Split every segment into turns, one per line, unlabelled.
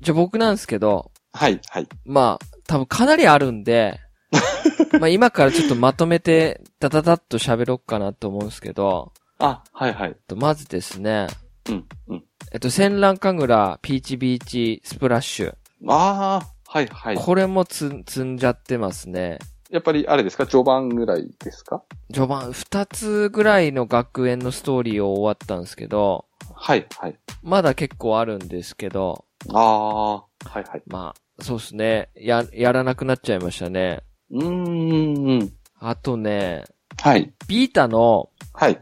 じゃあ僕なんですけど、
はい、はい。
まあ、多分かなりあるん で、まあ今からちょっとまとめて、ダダダッと喋ろうかなと思うんですけど、
あ、はい、はい。
えっとまずですね、
うん、うん。
えっと、戦乱神楽、ピーチビーチ、スプラッシュ。
ああ、はい、はい。
これもつ積んじゃってますね。
やっぱり、あれですか序盤ぐらいですか
序盤、二つぐらいの学園のストーリーを終わったんですけど、
はい、はい。
まだ結構あるんですけど、
ああ、はい、はい。
まあ、そうですね。や、やらなくなっちゃいましたね。
うーん。
あとね、
はい、
ビータの、
はい、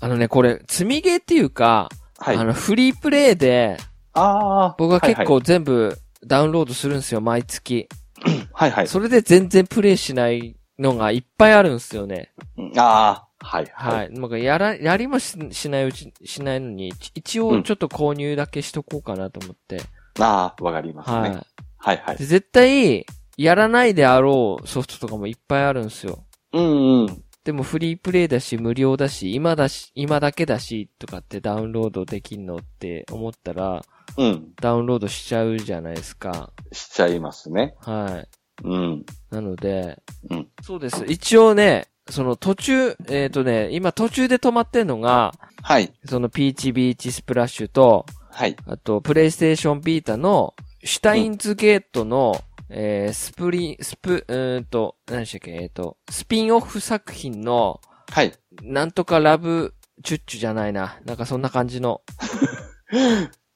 あのね、これ、積みゲーっていうか、
はい。
あ
あ
の、フリープレイで、
あー、
僕は結
は
構全部ダウンロードするんですよ、毎月。
い、はい。はいはい
それで全然プレイしないのがいっぱいあるんですよね。
うんああ、はい、は。
はいい。なんかやら、やりもししないうち、しないのに、一一応ちょっと購入だけしとこうかなと思って。
ああ、わかります
はい、
ね。はい、はい。
で絶対、やらないであろうソフトとかもいっぱいあるんですよ。
うん、うん。
でもフリープレイだし、無料だし、今だし、今だけだし、とかってダウンロードできんのって思ったら、
うん。
ダウンロードしちゃうじゃないですか。
しちゃいますね。
はい。
うん。
なので、
うん
そうです。一応ね、その途中、えっ、とね、今途中で止まってんのが、
はい。
そのピーチビーチスプラッシュと、
はい。
あと、プレイステーションビータの、シュタインズゲートの、えー、スプリン、スプ、うーんと、何でしたっけ、えっ、と、スピンオフ作品の、
はい。
なんとかラブ、チュッチュじゃないな。なんかそんな感じ の、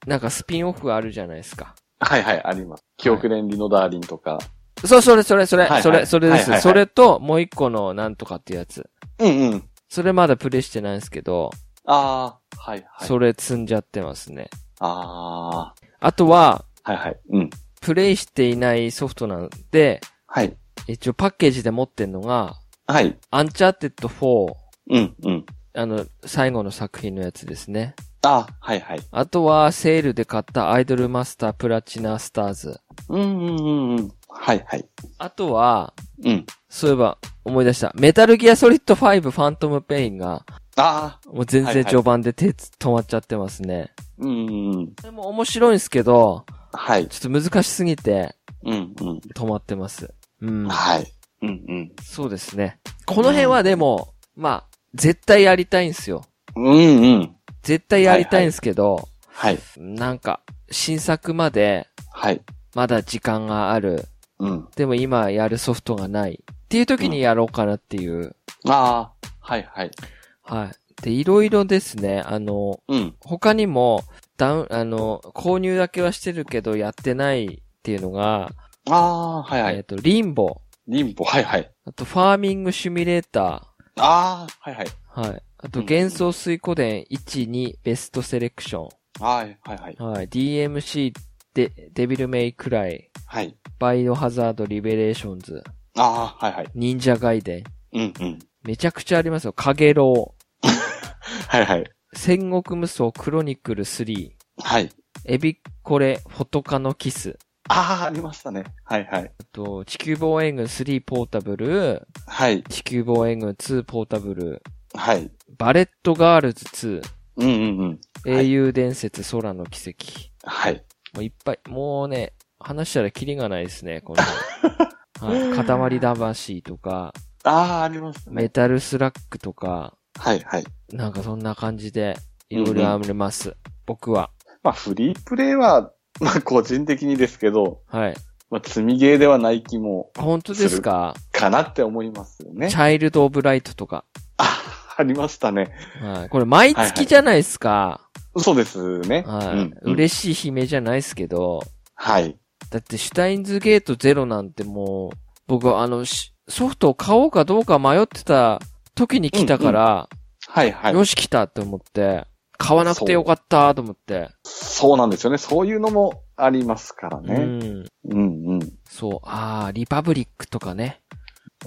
なんかスピンオフあるじゃないですか。
はい、はい、あります。記憶年利のダーリンとか。
そう、それ、それ、それ、
はいはい
それ、それで
はいはいは
す。
い
それと、もう一個のなんとかってやつ。
うん、うん。
それまだプレイしてないんですけど、
ああ、はい、はい。
それ積んじゃってますね。
あ
あとは、
あ、はい、はい。うん。
プレイしていないソフトなんで、
はい。
一応パッケージで持ってんのが、
はい。
アンチャーテッド4、
うん、うん。
あの、最後の作品のやつですね。
ああ、はい、はい。
あとは、セールで買ったアイドルマスタープラチナスターズ。
うん、うん、うんうん。はい、はい。
あとは、
うん。
そういえば、思い出した。メタルギアソリッド5ファントムペインが、
ああ、
もう全
はい
然
はい
序盤で手つ止まっちゃってますね。
うん、うんうん。
でも面白いんですけど、
はい。
ちょっと難しすぎて
うん、うん。
止まってます。うん。
はい。うん、
そうですね。この辺はでも、まあ、絶対やりたいんですよ。
うん。うん、うん。
絶対やりたいんですけど、
はい。
なんか、新作まで、
はい。
まだ時間がある。
うん。
でも今やるソフトがない。っていう時にやろうかなっていう。
ああ、はい、はい。
はい。で、いろいろですね。あの、
うん。
他にも、ダウン、あの、購入だけはしてるけど、やってないっていうのが、
ああ、はい、は
えっ、
い。
と、リンボ、
リンボ、はい、はい。
あと、ファーミングシミュレータ
ああ、はい、はい。
ー、はい。あと、
うん
幻想水湖伝1、2、ベストセレクショ
はい、はい、はい。
ン、はい。DMC、デ、デビルメイクライ、
はい。
バイオハザードリベレーションズ、
ああ、はい、はい。
忍者ガイデン。
うん、うん。
めちゃくちゃありますよ。カゲロウ、
はい、はい。
戦国無双クロニクル3、
はい。
エビコレ、フォトカのキス、
ああ、ありましたね。はい、はい。
あと、地球防衛軍3ポータブル、
はい、
地球防衛軍2ポータブル、
はい。
バレットガールズ2、
うん、うん、うん。は
英
い
雄伝説空の奇跡。
はい。
もういっぱい、もうね、話したらキリがないですね、こ の。はい、塊魂とか、
ああ、ありました
メ
ね。
タルスラックとか、
はい、はい。
なんかそんな感じで、いろいろあります。僕は。
まあ、フリープレイは、まあ、個人的にですけど、
はい。
まあ、積みゲーではない気も、
本当ですか
かなって思いますよね
チ。ャイルド・オブ・ライトとか。
ああ、ありましたね。
はい。これ、毎月じゃないですか。
そうですね。
はい。
うんうん
嬉しい悲鳴じゃないですけど。
はい。
だって、シュタインズゲートゼロなんてもう、僕はあの、しソフトを買おうかどうか迷ってた時に来たから、
はい、はい。
よし来たって思って、買わなくてよかったと思って。
そうなんですよね。そういうのもありますから
う
ね。
ん。
うん、うん。
そう、あー、リパブリックとかね。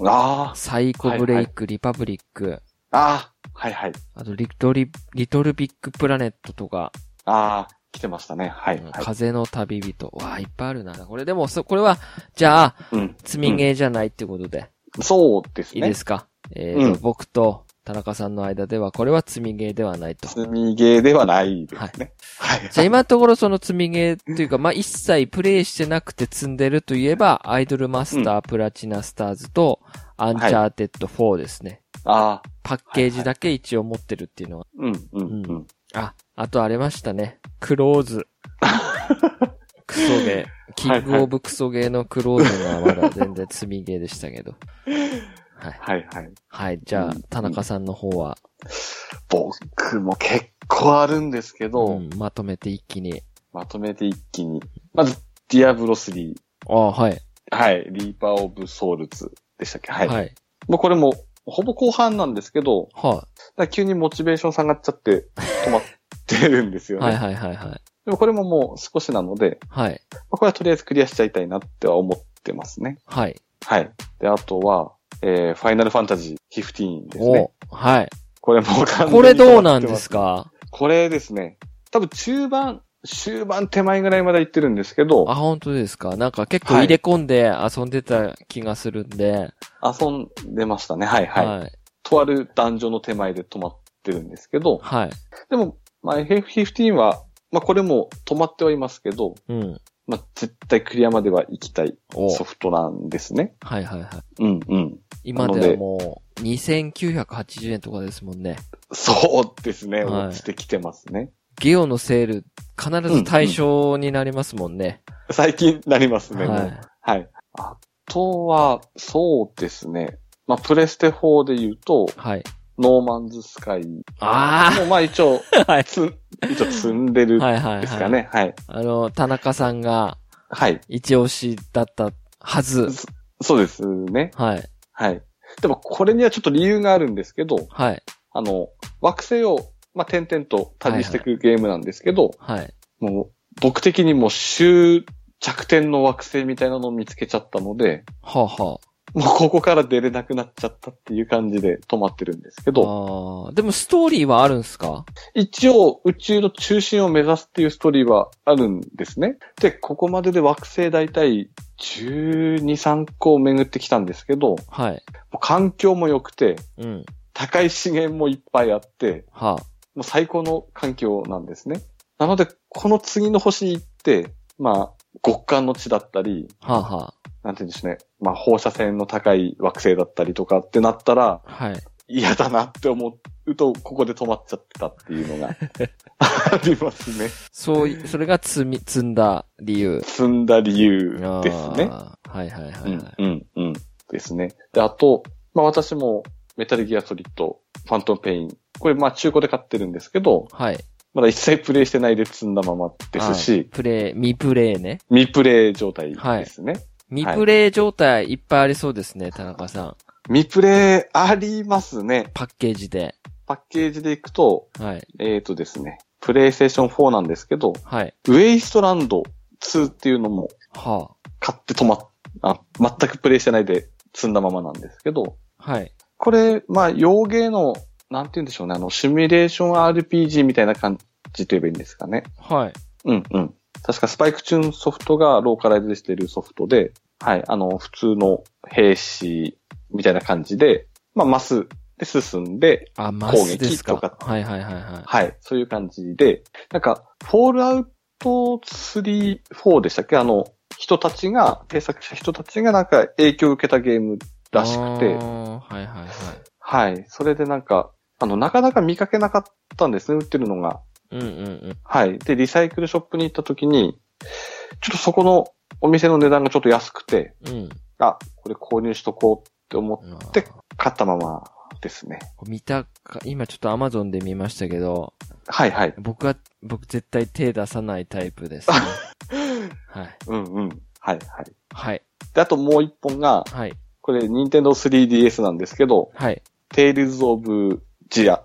ああ、
サイコブレイク、リパブリック。
ああ、はい、はい。
あと、リトリ、リトルビッグプラネットとか、
ああ、来てましたね。はい、
うん
はい。
風の旅人。わあ、いっぱいあるな。これでも、そ、これは、じゃあ、
うん。
積みゲーじゃないってことで、
そうです
いい
ね
で。すか、えーと、
うん
僕と、田中さんの間では、これは積みゲーではないと。
積みゲーではないですね。はい。
じゃあ今のところその積みゲーっていうか、まあ、一切プレイしてなくて積んでるといえば、アイドルマスター、プラチナスターズと、アンチャーテッド4ですね。
ああ、
パッケージだけ一応持ってるっていうのは。
うん、うん、
う
うんん。
あ、あとありましたね。クロー ズ。クソゲー。キングオブクソゲーのクローズはまだ全然積みゲーでしたけど。はい。
はい、はい。
はい。じゃあ、田中さんの方は、
僕も結構あるんですけど、
うんまとめて一気に。
まとめて一気に。まず、ディアブロ3。
ああ、はい。
はい。リーパーオブソウルズでしたっけはい。
はい。
もうこれも、ほぼ後半なんですけど、
は
だから急にモチベーション下がっちゃって、止まってるんです
い。
よね。
はいはいはいはい。
でもこれももう少しなので、
はい。
まあこれはとりあえずクリアしちゃいたいなっては思ってますね。
はい。
はい。で、あとは、えー、ファイナルファンタジー15ですね。
おはい。
これもう完全に
これどうなんです
か
か
これですね。多分中盤、終盤手前ぐらいまで行ってるんですけど、
あ、本当ですかなんか結構入れ込んで遊んでた気がするんで。
遊んでましたね。はいはい。
はい。
とある壇上の手前で止まってるんですけど、
はい。
でも、まあ、FF15 は、まあこれも止まってはいますけど、
うん。
まあ絶対クリアまでは行きたい
お
ソフトなんですね。
はいはいはい。
うんうん。
今ではもう、2980円とかですもんね。
そうですね。
はい
落ちてきてますね。
ゲオのセール、必ず対象になりますもんね。
最近なりますね。もう
はい。
はい。あとは、そうですね。まあ、プレステ4で言うと、
はい。
ノーマンズスカイ。
あー
もうまあ一応、
はい
つ、一応積んでる
はいはい、はい。
ですか。ね。はい。
あの、田中さんが
はい。
一押しだったはず。
そうですね。
はい。
はい。でもこれにはちょっと理由があるんですけど、
はい。
あの、惑星を、まあ、点々と旅していくゲームなんですけど、
はい。
もう、僕的にもう終着点の惑星みたいなのを見つけちゃったので、
はあ、は
もうここから出れなくなっちゃったっていう感じで止まってるんです
あ。
けど、
あーでもストーリーはあるんすか
一応宇宙の中心を目指すっていうストーリーはあるんですね。で、ここまでで惑星大体12、3個を巡ってきたんですけど、も
はい。
う環境も良くて、
うん。
高い資源もいっぱいあって、
は
もう最高の環境なんですね。なので、この次の星に行って、まあ、極寒の地だったり、
あ。はあ、は
なんて言うんでしょうね。まあ、放射線の高い惑星だったりとかってなったら、
あ。はい。
嫌だなって思うと、ここで止まっちゃってたってい うのがありますね。
そうい、それが積み、積んだ理由。
積んだ理由
あー
ですね。
はいはいはいは
う
い。
ん、うん、うん。ですね。で、あと、まあ私もメタルギアソリッド、ファントムペイン、これまあ中古で買ってるんですけど、
はい。
まだ一切プレイしてないで積んだままですし、
プレイ、未プレイね。
未プレイ状態ですね。
未プレイ状態いっぱいありそうですね、田中さん。
未プレイありますね。
パッケージで。
パッケージでいくと、
はい。
えーとですね、プレイステーション4なんですけど、
はい。
ウエイストランド2っていうのも
は
買って止まっ、あ、全くプレイしてないで積んだままなんですけど、
あ。はい。
これ、まあ、洋芸の、なんて言うんでしょうね、あの、シミュレーション RPG みたいな感じと言えばいいんですかね。
はい。
うんうん。確かスパイクチューンソフトがローカライズしてるソフトで、はい、あの、普通の兵士みたいな感じで、まあ、マスで進んで、
あ、マスですか。
攻撃とか
はいはいはいは
はい、そういう感じで、なんか、フォールアウト3、4でしたっけあの、人たちが、制作した人たちがなんか影響を受けたゲーム
い。
らしくて
あ、ーはいはいはい。
はい。それでなんか、あの、なかなか見かけなかったんですね、売ってるのが。
うんうんうん。
はい。で、リサイクルショップに行った時に、ちょっとそこのお店の値段がちょっと安くて、
うん。
あ、これ購入しとこうって思って
あー
で買ったままですね。
見たか、今ちょっとアマゾンで見ましたけど、
はいはい。
僕は、僕絶対手出さないタイプです、 ね。はい。
うんうん。はいはい。
はい。
で、あともう一本が、
はい。
これ、ニンテンドー 3DS なんですけど、
はい。
Tales of ジア、ん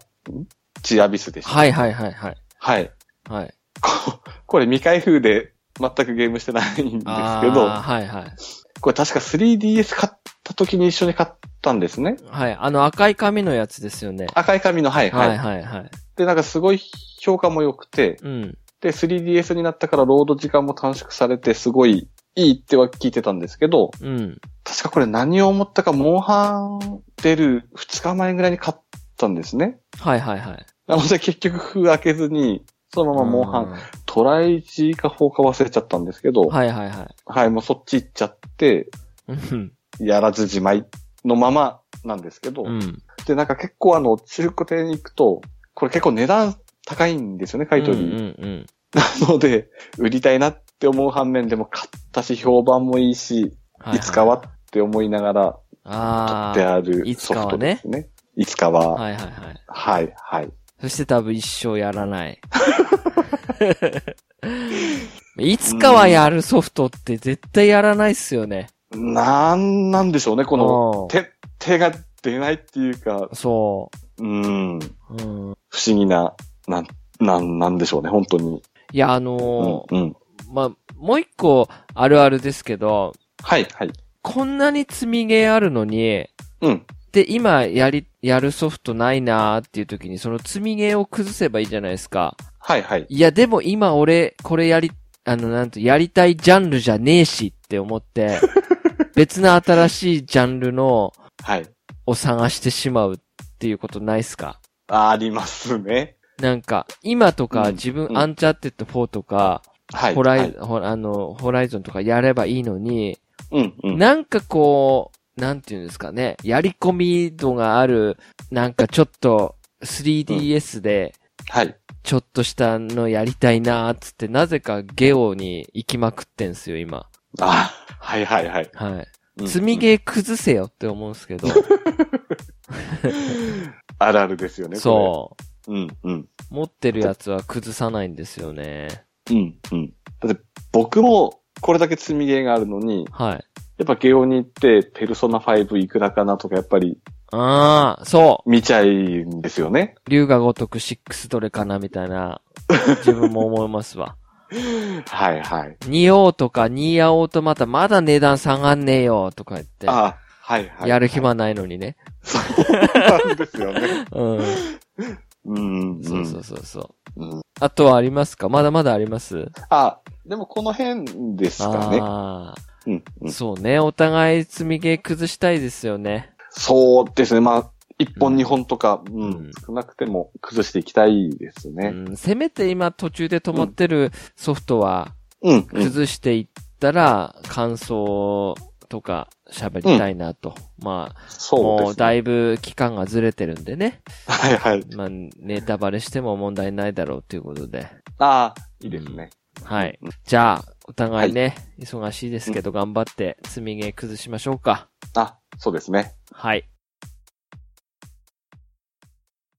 ジアビスでした。
はいはいはいはい。
はい。
はい。です
ここれ未開封で全くゲームしてないんですけど、
はいはい。
これ確か 3DS 買った時に一緒に買ったんですね。
はい。あの赤い髪のやつですよね。
赤い紙の、はい、は、
はいいはいはい。
で、なんかすごい評価も良くて、
うん。
で、3DS になったからロード時間も短縮されて、すごいいいっては聞いてたんですけど、
うん。
確かこれ何を思ったか、モンハン出る2日前ぐらいに買ったんですね。
はいはいはい。
なので結局封開けずに、そのままモンハン、
う
トライ1か4か忘れちゃったんですけど、
んはいはいはい。
はい、もうそっち行っちゃって、
うん。
やらずじまいのままなんですけど、
うん。
で、なんか結構あの、中古店に行くと、これ結構値段高いんですよね、買い取り。
うんうんうん。
なので、売りたいなって思う反面でも買ったし、評判もいいし、
はい
つかはって思いながら
あ
取って
あ。
あ
い
る
つ
ソ
か
フ
は
ト
ね
ですね。いつかは、
はいはいはい。
はい、はい。
そして多分一生やら ない。いつかはやるソフトって絶対やらないっすよね。
なんなんでしょうね、この、
の
手、手が出ないっていうか、
そ
うん、
う。うん。
不思議な、なん、なん、なんでしょうね、本当に。
いや、あ
う
の
ん
ー、
うん。
まあ、もう一個あるあるですけど、
はい、はい。
こんなに積みゲーあるのに、
うん。
で、今やり、やるソフトないなーっていう時に、その積みゲーを崩せばいいじゃないですか。
はい、はい。
いや、でも今俺、これやり、あの、なんと、やりたいジャンルじゃねえしって思 って、別な新しいジャンルの、
はい。
を探してしまうっていうことないっすか
ありますね。
なんか、今と
う
か
ん
自
う
分、
ん
アンチャーテッド4とか、
はい。
ホライ、
はい
ほあの、ホライゾンとかやればいいのに、
うん、うん。
なんかこう、なんていうんですかね、やり込み度がある、なんかちょっと 3DS で、
はい。
ちょっとしたのやりたいなーっつって、なぜかゲオに行きまくってんすよ、今。
あはい、はい、はい。
はい。
うん
積みゲー崩せよって思うんすけど、
あるあるですよね。。
そう
うん、うん。
う。持ってるやつは崩さないんですよね。
うん、うん。だって、僕も、これだけ積みゲーがあるのに、
はい。
やっぱゲオに行って、ペルソナ5いくらかなとか、やっぱり
ああ、そ
見ちゃいんですよね。
う。竜が如く6どれかなみたいな、自分も思います わ。
はい、はい。
ニオとかニーアオートマタまだ値段下がんねえよとか言って、
あはい、はい。
やる暇ないのにね。
なん ですよね。
うん。
うん、うん。
そうそうそうそう。
うん
あとはありますかまだまだあります
あ、でもこの辺ですかね。
ああ、
うん、うん。
そうね。お互い積みゲー崩したいですよね。
そうですね。まあ、一
う
本
ん
二本とか、うん、
うん
少なくても崩していきたいです
う
ね。
ん。せめて今途中で止まってるソフトは
うん、うん
崩していったら感想とか喋りたいなと。まあ、
そうです、ね。
もうだいぶ期間がずれてるんでね。
はいはい。
まあ、ネタバレしても問題ないだろうということで。
ああ、いいですね。
はい。
うん
じゃあ、お互いね、忙しいですけど頑張って積みゲー崩しましょうか。
あ、そうですね。
はい。